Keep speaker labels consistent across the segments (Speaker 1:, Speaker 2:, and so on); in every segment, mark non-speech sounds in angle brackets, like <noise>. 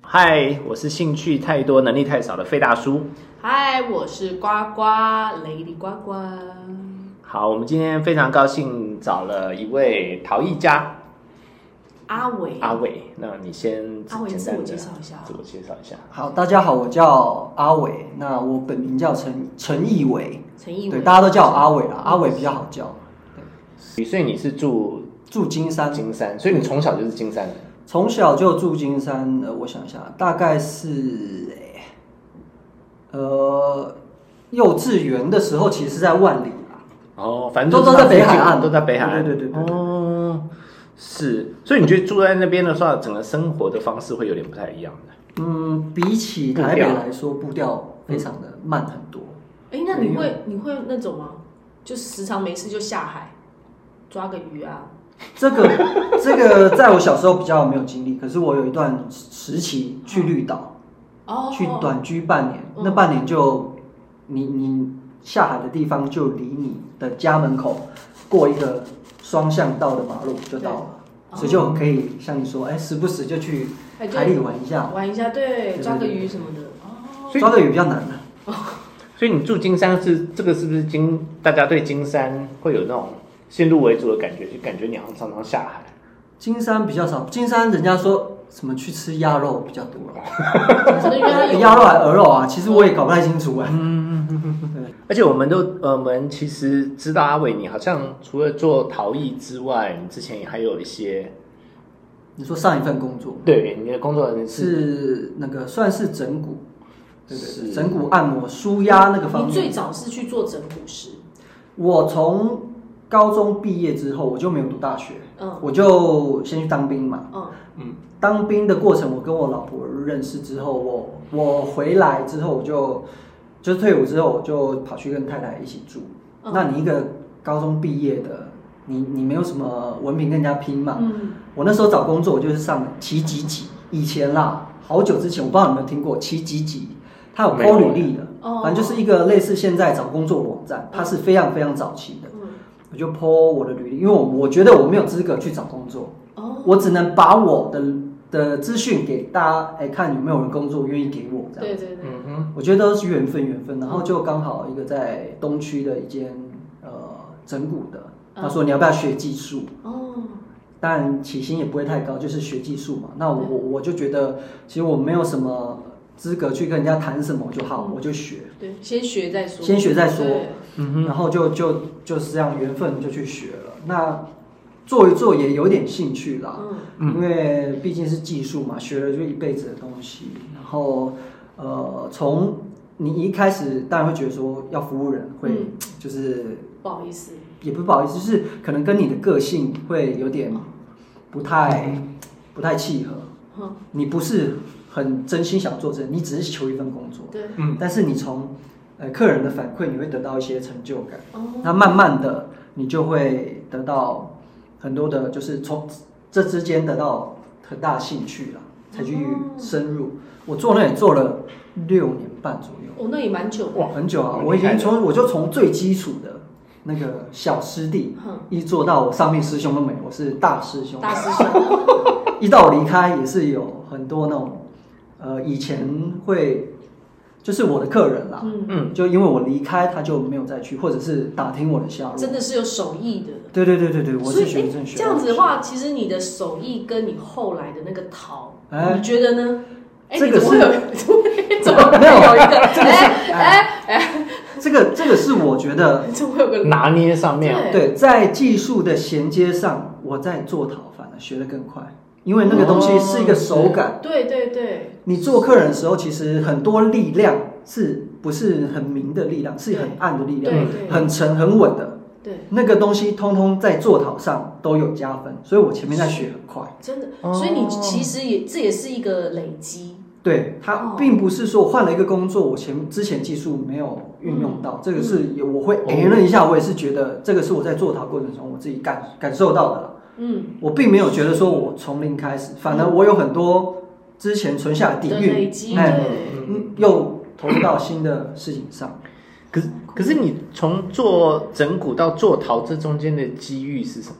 Speaker 1: 嗨，我是兴趣太多、能力太少的费大叔。
Speaker 2: 嗨，我是呱呱 Lady 呱呱。
Speaker 1: 好，我们今天非常高兴找了一位陶艺家
Speaker 2: 阿伟，
Speaker 1: 阿伟。那你先
Speaker 2: 阿伟
Speaker 1: 简
Speaker 2: 自
Speaker 1: 单
Speaker 2: 我
Speaker 1: 的
Speaker 2: 介绍一下
Speaker 1: 自我介绍一下。
Speaker 3: 好，大家好，我叫阿伟，那我本名叫陈陈义伟，
Speaker 2: 陈义伟，
Speaker 3: 对，大家都叫我阿伟啦，阿伟比较好叫。
Speaker 1: 所以你是住
Speaker 3: 住金山，
Speaker 1: 金山，所以你从小就是金山人。
Speaker 3: 从小就住金山，呃，我想一下，大概是，哎呃，幼稚园的时候其实是在万里啦，
Speaker 1: 哦，反正
Speaker 3: 都
Speaker 1: 是
Speaker 3: 都在北
Speaker 1: 附近
Speaker 3: 海岸
Speaker 1: 都在北海岸。
Speaker 3: 对对对对对
Speaker 1: 哦，是，所以你觉得住在那边的话，整个生活的方式会有点不太一样的。
Speaker 3: 嗯，比起台北来说，步调非常的慢很多。
Speaker 2: 哎，那你会你会那种吗？就时常没事就下海抓个鱼啊？
Speaker 3: 这个这个在我小时候比较没有经历，可是我有一段时期去绿岛，
Speaker 2: 哦，
Speaker 3: 去短居半年，
Speaker 2: 嗯
Speaker 3: 那半年就你你下海的地方就离你的家门口过一个双向道的马路就到了，
Speaker 2: 对
Speaker 3: 所以就可以像你说，哎，时不时就去
Speaker 2: 哎对
Speaker 3: 海里玩一下，
Speaker 2: 玩一下，对，
Speaker 3: 对
Speaker 2: 抓个
Speaker 3: 对
Speaker 2: 鱼什么的。哦，
Speaker 1: 所以
Speaker 3: 抓个鱼比较难啊的。
Speaker 1: 所以你住金山是这个是不是金？大家对金山会有那种先入为主的感觉，就感觉你好像常常下海。
Speaker 3: 金山比较少，金山人家说什么去吃鸭肉比较多了，
Speaker 2: 哦可能因为它
Speaker 3: <laughs>
Speaker 2: 有
Speaker 3: 鸭肉还是鹅肉啊？其实我也搞不太清楚哎、
Speaker 1: 而且我们都，呃我们其实知道阿伟，你好像除了做陶艺之外，你之前也还有一些，
Speaker 3: 你说上一份工作
Speaker 1: 对你的工作人是
Speaker 3: 是那个算是整骨，对对
Speaker 1: 是
Speaker 3: 对，整骨按摩、舒压那个方面。
Speaker 2: 你最早是去做整蛊师，
Speaker 3: 我从高中毕业之后，我就没有读大学，
Speaker 2: 嗯
Speaker 3: 我就先去当兵嘛。
Speaker 2: 嗯，
Speaker 3: 当兵的过程，我跟我老婆认识之后，我我回来之后，我就就退伍之后，我就跑去跟太太一起住。
Speaker 2: 嗯
Speaker 3: 那你一个高中毕业的，你你没有什么文凭跟人家拼嘛？
Speaker 2: 嗯，
Speaker 3: 我那时候找工作，我就是上七几几，以前啦，好久之前，我不知道你们有没有听过七几几，它有
Speaker 1: 没有哎
Speaker 3: 勾履历的
Speaker 2: 哦，
Speaker 3: 反正就是一个类似现在找工作网站，它是非常非常早期的。
Speaker 2: 嗯
Speaker 3: 我就 po 我的履历，因为我我觉得我没有资格去找工作，
Speaker 2: 哦，
Speaker 3: 我只能把我的的资讯给大家，哎，看有没有人工作愿意给我这样。
Speaker 2: 对对对，
Speaker 1: 嗯哼，
Speaker 3: 我觉得都是缘分，缘分。然后就刚好一个在东区的一间呃整骨的，
Speaker 2: 嗯
Speaker 3: 他说你要不要学技术？
Speaker 2: 哦，
Speaker 3: 但起薪也不会太高，就是学技术嘛。那我我就觉得，其实我没有什么资格去跟人家谈什么，我就好，我就学，
Speaker 2: 对，先学再说，
Speaker 3: 先学再说
Speaker 2: 对
Speaker 3: 然后就就就是这样缘分就去学了。那做一做也有点兴趣啦，
Speaker 2: 嗯，
Speaker 3: 因为毕竟是技术嘛，学了就一辈子的东西。然后呃，从你一开始当然会觉得说要服务人，会
Speaker 2: 嗯
Speaker 3: 就是
Speaker 2: 不好意思，
Speaker 3: 也不是不好意思，就是可能跟你的个性会有点不太不太契合。
Speaker 2: 嗯，
Speaker 3: 你不是很真心想做这，你只是求一份工作，
Speaker 2: 对，
Speaker 3: 嗯，但是你从呃客人的反馈，你会得到一些成就感，
Speaker 2: 哦，
Speaker 3: 那慢慢的你就会得到很多的，就是从这之间得到很大的兴趣啦，才去
Speaker 2: 哦
Speaker 3: 深入。我做那也做了六年半左右，
Speaker 2: 哦，那也蛮久的，
Speaker 1: 哇
Speaker 3: 很久
Speaker 1: 蛮厉
Speaker 3: 啊，
Speaker 1: 害的
Speaker 3: 我已经从我就从最基础的那个小师弟
Speaker 2: 嗯，
Speaker 3: 一直做到我上面师兄都没有，我是大师兄，
Speaker 2: 大师兄，
Speaker 3: 一到离开也是有很多那种，呃，以前会就是我的客人啦，
Speaker 2: 嗯，
Speaker 3: 就因为我离开他就没有再去，或者是打听我的下落。
Speaker 2: 真的是有手艺的。
Speaker 3: 对对对对对，我
Speaker 2: 所
Speaker 3: 是
Speaker 2: 以
Speaker 3: 学
Speaker 2: 诶
Speaker 3: 生学
Speaker 2: 这样子的，话，其实你的手艺跟你后来的那个陶，
Speaker 3: 哎
Speaker 2: <laughs> 你觉得呢？哎，
Speaker 3: 这
Speaker 2: 你
Speaker 3: 个
Speaker 2: 怎么会有？怎么
Speaker 3: 没有
Speaker 2: 会有一个？
Speaker 3: 这个是
Speaker 2: 哎哎，
Speaker 3: 这个这个是我觉得
Speaker 2: <laughs> 怎么会有
Speaker 3: <laughs>
Speaker 2: 个？
Speaker 1: 拿捏上面，
Speaker 2: 对
Speaker 3: 对在技术的衔接上，我在做陶反而学得更快，因为那个东西是一个手感。
Speaker 2: 哦对对对，
Speaker 3: 你做客人的时候，其实很多力量是不是很明的力量，是很暗的力量，
Speaker 2: 对对
Speaker 3: 很沉很稳的。
Speaker 2: 对，
Speaker 3: 那个东西通通在做陶上都有加分，所以我前面在学很快。
Speaker 2: 真的。
Speaker 1: 哦
Speaker 2: 所以你其实也这也是一个累积，
Speaker 3: 对
Speaker 2: 哦
Speaker 3: 它并不是说我换了一个工作，我前之前技术没有运用
Speaker 2: 嗯
Speaker 3: 到，这个是也我会
Speaker 1: 哦
Speaker 3: 哎了一下，我也是觉得这个是我在做陶过程中我自己感感受到的啦。
Speaker 2: 嗯，
Speaker 3: 我并没有觉得说我从零开始，反而我有很多之前存下的底
Speaker 2: 的累
Speaker 3: 蕴
Speaker 2: 积，，
Speaker 3: 哎，
Speaker 2: 对，
Speaker 3: 嗯又投入到新的事情上。
Speaker 1: 可是可是你从做整骨到做陶这中间的机遇是什么？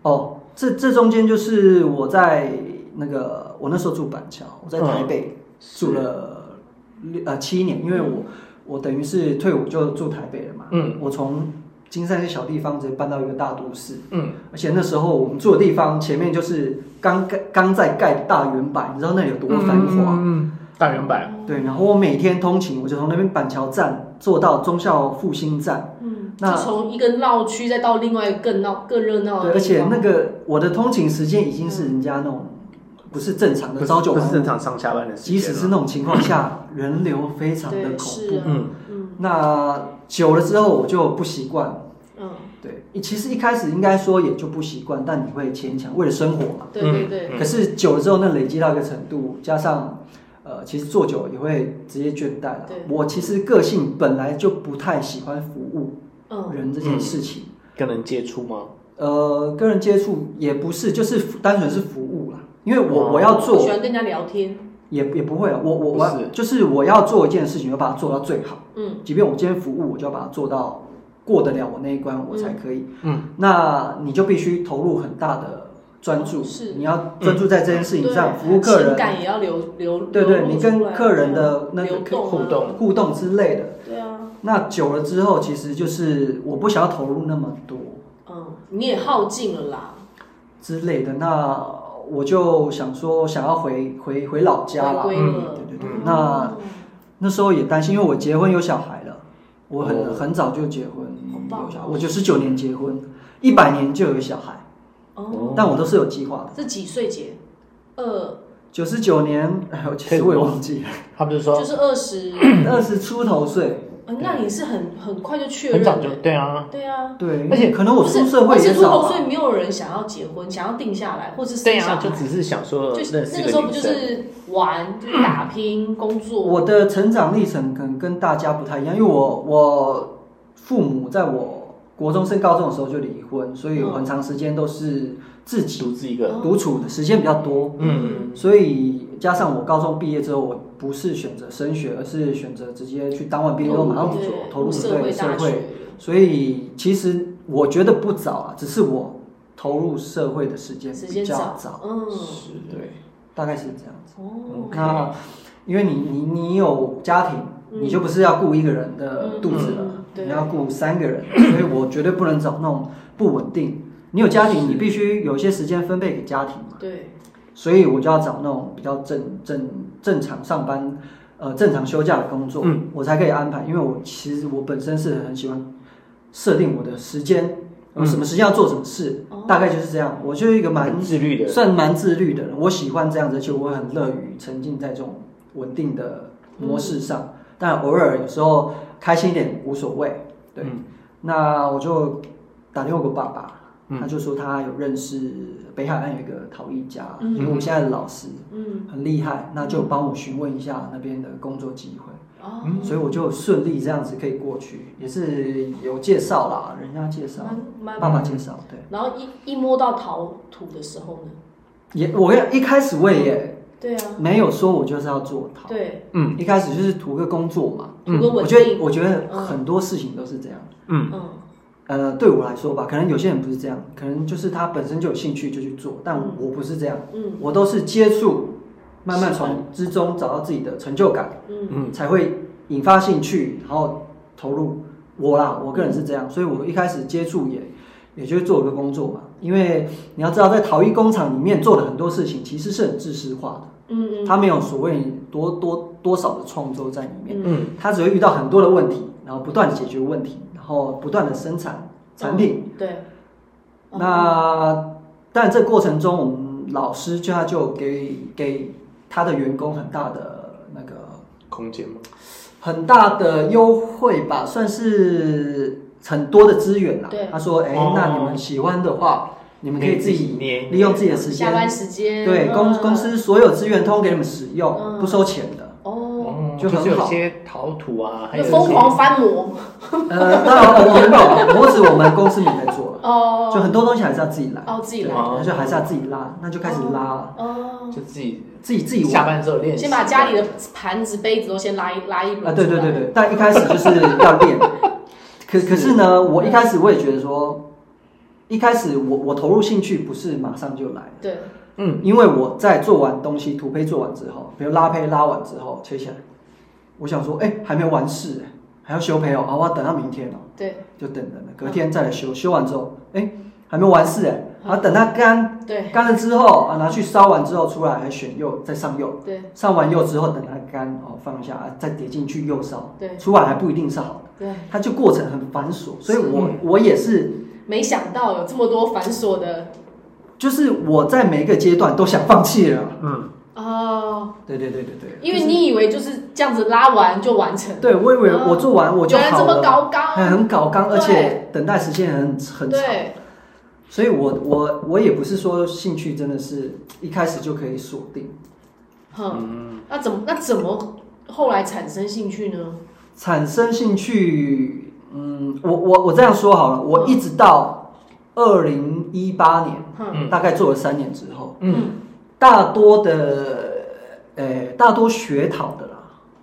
Speaker 3: 哦，
Speaker 1: 嗯
Speaker 3: 这这中间就是我在那个我那时候住板桥，我在台北住了六呃七年，因为我我等于是退伍就住台北了嘛，
Speaker 1: 嗯，
Speaker 3: 我从金山一个小地方直接搬到一个大都市，
Speaker 1: 嗯，
Speaker 3: 而且那时候我们住的地方前面就是刚盖刚在盖的大圆柏，你知道那里有多繁华？
Speaker 1: 嗯，大圆板，
Speaker 3: 对，然后我每天通勤，我就从那边板桥站坐到忠孝复兴站，
Speaker 2: 嗯，就
Speaker 3: 那
Speaker 2: 从一个闹区再到另外一个更闹、更热
Speaker 1: 哦
Speaker 2: 闹
Speaker 3: 对，
Speaker 2: 的
Speaker 3: 而
Speaker 2: 地
Speaker 3: 且
Speaker 2: 方。
Speaker 3: 那个我的通勤时间已经是人家那种不是正常的朝九
Speaker 1: 不是
Speaker 3: 晚
Speaker 1: 正
Speaker 3: 五，
Speaker 1: 常上下班的时间啊
Speaker 3: 即
Speaker 1: 了，
Speaker 3: 使是那种情况下，人流非常的
Speaker 2: 对，
Speaker 3: 恐
Speaker 2: 是
Speaker 3: 怖。
Speaker 2: 啊，
Speaker 1: 嗯
Speaker 2: 嗯
Speaker 3: 那久了之后我就不习惯，
Speaker 2: 嗯，
Speaker 3: 对，其实一开始应该说也就不习惯，但你会牵强，为了生活嘛。
Speaker 2: 对对对，
Speaker 1: 嗯
Speaker 3: 可是久了之后，那累积到一个程度，加上呃，其实做久了也会职业倦怠了
Speaker 2: 对。
Speaker 3: 我其实个性本来就不太喜欢服务
Speaker 2: 嗯
Speaker 3: 人这件事情，
Speaker 1: 跟人接触吗？
Speaker 3: 呃，跟人接触也不是，就是单纯是服务啦。因为
Speaker 1: 哦
Speaker 3: 我我要
Speaker 2: 我喜
Speaker 3: 做
Speaker 2: 欢跟人家聊天，
Speaker 3: 也也不会啊，我我
Speaker 1: 不
Speaker 3: 我
Speaker 1: 是
Speaker 3: 就是我要做一件事情，我要把它做到最好。
Speaker 2: 嗯
Speaker 3: 即便我今天服务，我就要把它做到过得了我那一关，我才可以。
Speaker 1: 嗯，
Speaker 3: 那你就必须投入很大的专注，
Speaker 2: 哦是嗯
Speaker 3: 你要专注在这件事情上，
Speaker 2: 对
Speaker 3: 服务客
Speaker 2: 情
Speaker 3: 人，
Speaker 2: 感也要流流，
Speaker 3: 对
Speaker 2: 流
Speaker 3: 对，
Speaker 2: 露
Speaker 3: 你
Speaker 2: 出
Speaker 3: 跟
Speaker 2: 来
Speaker 3: 客人的那
Speaker 2: 流
Speaker 3: 个
Speaker 2: 动啊
Speaker 1: 互动，
Speaker 3: 互动之类的。
Speaker 2: 对啊，
Speaker 3: 那久了之后，其实就是我不想要投入那么多
Speaker 2: 嗯，你也耗尽了啦，
Speaker 3: 之类的，那我就想说想要回回回老家
Speaker 2: 回
Speaker 3: 啦。
Speaker 2: 归了，
Speaker 3: 嗯对对对
Speaker 2: 嗯
Speaker 3: 那那时候也担心，因为我结婚有小孩了，我很、
Speaker 1: 哦
Speaker 3: 很早就结婚，
Speaker 2: 好棒
Speaker 3: 有小孩我九十九年结婚，一百年就有小孩，
Speaker 2: 哦，
Speaker 3: 但我都是有计划的。
Speaker 2: 这几岁结？二
Speaker 3: 九十九年， <laughs> 哎，我其实我也忘记了，
Speaker 1: 他们就说
Speaker 2: 就是二十，
Speaker 3: 二十出头岁，
Speaker 2: 呃那也是很很快就确认
Speaker 1: 很
Speaker 2: 了，
Speaker 1: 早就对啊，
Speaker 2: 对啊。
Speaker 3: 对，
Speaker 1: 而且
Speaker 3: 可能我
Speaker 2: 不是
Speaker 3: 出社会
Speaker 2: 二十
Speaker 3: 也啊
Speaker 2: 出
Speaker 3: 早
Speaker 2: 头，所
Speaker 3: 吧，
Speaker 2: 以没有人想要结婚，想要定下来，或是
Speaker 1: 对
Speaker 2: 生小
Speaker 1: 啊，
Speaker 2: 孩。
Speaker 1: 就只是想说
Speaker 2: 就
Speaker 1: 认识
Speaker 2: 那
Speaker 1: 一
Speaker 2: 个时候
Speaker 1: 个
Speaker 2: 不
Speaker 1: 女
Speaker 2: 就
Speaker 1: 生，
Speaker 2: 是玩、就是打拼、工作？
Speaker 3: 我的成长历程可能跟大家不太一样，因为我我父母在我国中升高中的时候就离婚，所以我很长时间都是自己
Speaker 1: 独自一个，
Speaker 2: 嗯
Speaker 3: 独处的时间比较多。
Speaker 1: 嗯，
Speaker 3: 所以加上我高中毕业之后，我不是选择升学，而是选择直接去当完兵之后马上
Speaker 2: 对
Speaker 3: 投入
Speaker 2: 社
Speaker 3: 对
Speaker 2: 会大
Speaker 3: 社
Speaker 2: 学
Speaker 3: 会。，所以其实我觉得不早啊，只是我投入社会的时间
Speaker 2: 时
Speaker 3: 比
Speaker 2: 间
Speaker 3: 较
Speaker 2: 早，
Speaker 3: 早，
Speaker 2: 嗯，
Speaker 1: 是，对，
Speaker 3: 大概是这样。嗯
Speaker 2: 哦，
Speaker 3: 那因为你你你有家庭，
Speaker 2: 嗯
Speaker 3: 你就不是要顾一个人的肚子了，
Speaker 2: 嗯对
Speaker 3: 你要顾三个人，所以我绝对不能找那种不稳定。你有家庭，你必须有一些时间分配给家庭嘛。
Speaker 2: 对，
Speaker 3: 所以我就要找那种比较正正正常上班，呃，正常休假的工作，
Speaker 1: 嗯
Speaker 3: 我才可以安排。因为我其实我本身是很喜欢设定我的时间，我
Speaker 1: 嗯
Speaker 3: 什么时间要做什么事，
Speaker 2: 哦
Speaker 3: 大概就是这样。我就是一个蛮
Speaker 1: 蛮自律的，
Speaker 3: 算蛮自律的人，我喜欢这样子，而且我很乐于沉浸在这种稳定的模式
Speaker 1: 嗯
Speaker 3: 上。但偶尔有时候开心一点无所谓，对。
Speaker 1: 嗯
Speaker 3: 那我就打电话给我爸爸，
Speaker 1: 嗯
Speaker 3: 他就说他有认识北海岸有一个陶艺家，
Speaker 2: 嗯
Speaker 3: 因为我现在的老师
Speaker 2: 嗯，
Speaker 3: 很厉害，那就帮我询问一下那边的工作机会，
Speaker 2: 哦，
Speaker 1: 嗯
Speaker 3: 所以我就顺利这样子可以过去，也是有介绍啦，人家介绍，
Speaker 2: 蛮
Speaker 3: 爸
Speaker 2: 蛮，
Speaker 3: 爸介绍，对。
Speaker 2: 然后一一摸到陶土的时候呢，
Speaker 3: 也，我跟一开始我也
Speaker 2: 对啊，
Speaker 3: 没有说我就是要做陶，
Speaker 2: 对，
Speaker 1: 嗯
Speaker 3: 一开始就是图个工作嘛。
Speaker 2: 图个
Speaker 3: 嗯我
Speaker 2: 稳
Speaker 3: 觉得
Speaker 2: 定，
Speaker 3: 我觉得很多事情都是这样。
Speaker 1: 嗯，
Speaker 2: 嗯，
Speaker 3: 呃，对我来说吧，可能有些人不是这样，可能就是他本身就有兴趣就去做，但
Speaker 2: 嗯
Speaker 3: 我不是这样，
Speaker 2: 嗯
Speaker 3: 我都是接触，慢慢
Speaker 2: 喜欢
Speaker 3: 从之中找到自己的成就感，
Speaker 2: 嗯
Speaker 1: 嗯
Speaker 3: 才会引发兴趣，然后投入。我啦，我个人是这
Speaker 2: 嗯
Speaker 3: 样，所以我一开始接触也也就是做一个工作嘛，因为你要知道，在陶艺工厂里面做的很多事情其实是很知识化的，
Speaker 2: 嗯
Speaker 3: 它没有所谓多多多少的创作在里面。
Speaker 2: 嗯，
Speaker 1: 嗯
Speaker 3: 他只会遇到很多的问题，然后不断地解决问题，然后不断的生产产品。
Speaker 2: 对，嗯
Speaker 3: 那但这过程中，我们老师就他就给给他的员工很大的那个
Speaker 1: 空间嘛，
Speaker 3: 很大的优惠吧，算是很多的资源啦
Speaker 2: 对。
Speaker 3: 他说：“哎、
Speaker 1: 哦
Speaker 3: 那你们喜欢的话，你们可以自己
Speaker 1: 捏
Speaker 3: 利用自己的时
Speaker 2: 下班
Speaker 3: 间，
Speaker 2: 时间，
Speaker 3: 对公
Speaker 2: 嗯
Speaker 3: 公司所有资源通给你们使用，
Speaker 2: 嗯
Speaker 3: 不收钱的。”
Speaker 2: 哦，
Speaker 1: 哦，
Speaker 3: 就很
Speaker 1: 是有一
Speaker 3: 好
Speaker 1: 些陶土啊，还
Speaker 2: 就
Speaker 1: 有一
Speaker 2: 疯
Speaker 1: 些
Speaker 2: 狂翻模，
Speaker 3: 呃，当然我们没有，模子我们公司没在做了。就
Speaker 2: 哦，
Speaker 3: 很多东西还是要自己来，
Speaker 2: 哦，自己
Speaker 3: 对，
Speaker 2: 来，
Speaker 1: 哦
Speaker 3: 那就还是要自己拉，那就开始拉，
Speaker 2: 哦，
Speaker 1: 就自己
Speaker 3: 自己自己
Speaker 1: 下
Speaker 3: 玩
Speaker 1: 班之后练习，
Speaker 2: 先把家里的盘子、杯子都先拉一拉一轮，
Speaker 3: 啊，对对对，对，但一开始就是
Speaker 2: <laughs>
Speaker 3: 要练。可可是呢，我一开始我也觉得说，一开始我我投入兴趣不是马上就来，
Speaker 2: 对，
Speaker 1: 嗯，
Speaker 3: 因为我在做完东西，土胚做完之后，比如拉胚拉完之后切起来，我想说，哎、还没完事、哎还要修胚哦，啊，我要等到明天哦，
Speaker 2: 对
Speaker 3: 就等等了，隔天再来修，修完之后，哎、还没完事哎、啊，等它干
Speaker 2: 对
Speaker 3: 干了之后啊，拿去烧完之后出来，还选釉，再上釉，
Speaker 2: 对
Speaker 3: 上完釉之后等它干哦，放下啊，再叠进去釉烧，
Speaker 2: 对
Speaker 3: 出来还不一定是好的，
Speaker 2: 对，
Speaker 3: 它就过程很繁琐，所以我
Speaker 1: 是
Speaker 3: 我也是
Speaker 2: 没想到有这么多繁琐的
Speaker 3: 就是我在每一个阶段都想放弃了。
Speaker 1: 嗯，
Speaker 2: 哦，
Speaker 3: 对对对对对，
Speaker 2: 因为你以为就是这样子拉完就完成，
Speaker 3: 对我以为我做完我就
Speaker 2: 原来
Speaker 3: 好
Speaker 2: 这么
Speaker 3: 了，
Speaker 2: 高
Speaker 3: 很
Speaker 2: 纲，
Speaker 3: 很搞纲，
Speaker 2: 对
Speaker 3: 而且等待时间很很长，
Speaker 2: 对
Speaker 3: 所以我我我也不是说兴趣真的是一开始就可以锁定，嗯
Speaker 2: 哼，那怎么那怎么后来产生兴趣呢？
Speaker 3: 产生兴趣，嗯，我我我这样说好了，我一直到二零一八年，
Speaker 2: 哼，
Speaker 1: 嗯
Speaker 3: 大概做了三年之后，
Speaker 1: 嗯
Speaker 3: 大多的，呃，大多学讨的啦，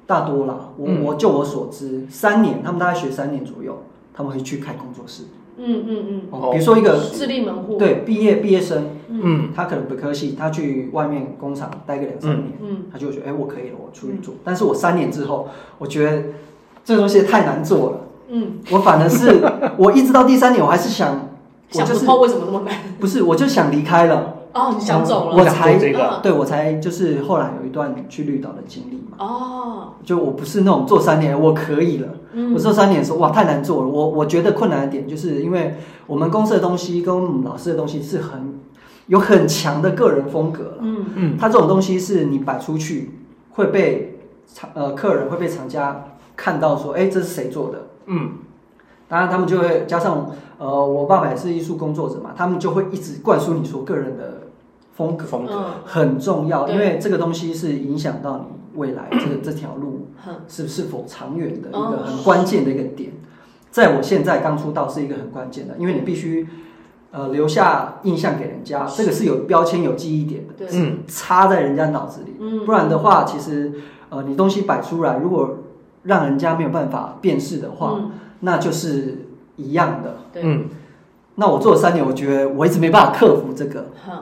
Speaker 3: 大多啦。我、
Speaker 1: 嗯
Speaker 3: 我就我所知，三年，他们大概学三年左右，他们会去开工作室。
Speaker 2: 嗯嗯
Speaker 3: 哦
Speaker 1: 哦，
Speaker 3: 比如说一个
Speaker 2: 嗯，自立门户，，
Speaker 3: 对毕业毕业生，
Speaker 1: 嗯
Speaker 3: 他可能本科系，他去外面工厂待个两三年，
Speaker 2: 嗯，
Speaker 3: 他就会觉得，哎、我可以了，我
Speaker 1: 嗯
Speaker 3: 出去做。但是我三年之后，我觉得这东西太难做了。
Speaker 2: 嗯，
Speaker 3: 我反而是，我一直到第三年，我还是想，我
Speaker 2: 想
Speaker 3: 就
Speaker 2: 不
Speaker 3: 是
Speaker 2: 透为什么那么难
Speaker 3: 不是，我就想离开了。
Speaker 2: 哦，你想走
Speaker 3: 我
Speaker 2: 了，
Speaker 1: 想做
Speaker 3: 才
Speaker 1: 这个，
Speaker 2: 嗯
Speaker 3: 对我才就是后来有一段去绿岛的经历嘛。
Speaker 2: 哦，
Speaker 3: 就我不是那种做三年我可以了，
Speaker 2: 嗯
Speaker 3: 我做三年的时候哇太难做了，我我觉得困难的点就是因为我们公司的东西跟我们老师的东西是很有很强的个人风格了，
Speaker 2: 嗯
Speaker 1: 嗯
Speaker 3: 它这种东西是你摆出去会被厂呃客人会被厂家看到说，哎、这是谁做的？
Speaker 1: 嗯
Speaker 3: 当然他们就会加上呃我爸爸也是艺术工作者嘛，他们就会一直灌输你说个人的风格
Speaker 1: 风格，
Speaker 2: 嗯
Speaker 3: 很重要，
Speaker 2: 对
Speaker 3: 因为这个东西是影响到你未来这
Speaker 1: 嗯
Speaker 3: 个这条路。
Speaker 2: 嗯哼，
Speaker 3: 是是否长远的一
Speaker 2: 哦
Speaker 3: 个很关键的一个点，在我现在刚出道是一个很关键的，因为你必须呃留下印象给人家，这个是有标签有记忆点的，
Speaker 2: 对，
Speaker 1: 嗯
Speaker 3: 插在人家脑子里，
Speaker 2: 嗯
Speaker 3: 不然的话，其实呃你东西摆出来，如果让人家没有办法辨识的话，
Speaker 2: 嗯
Speaker 3: 那就是一样的。
Speaker 2: 对，
Speaker 1: 嗯
Speaker 3: 那我做了三年，我觉得我一直没办法克服这个，
Speaker 2: 哼，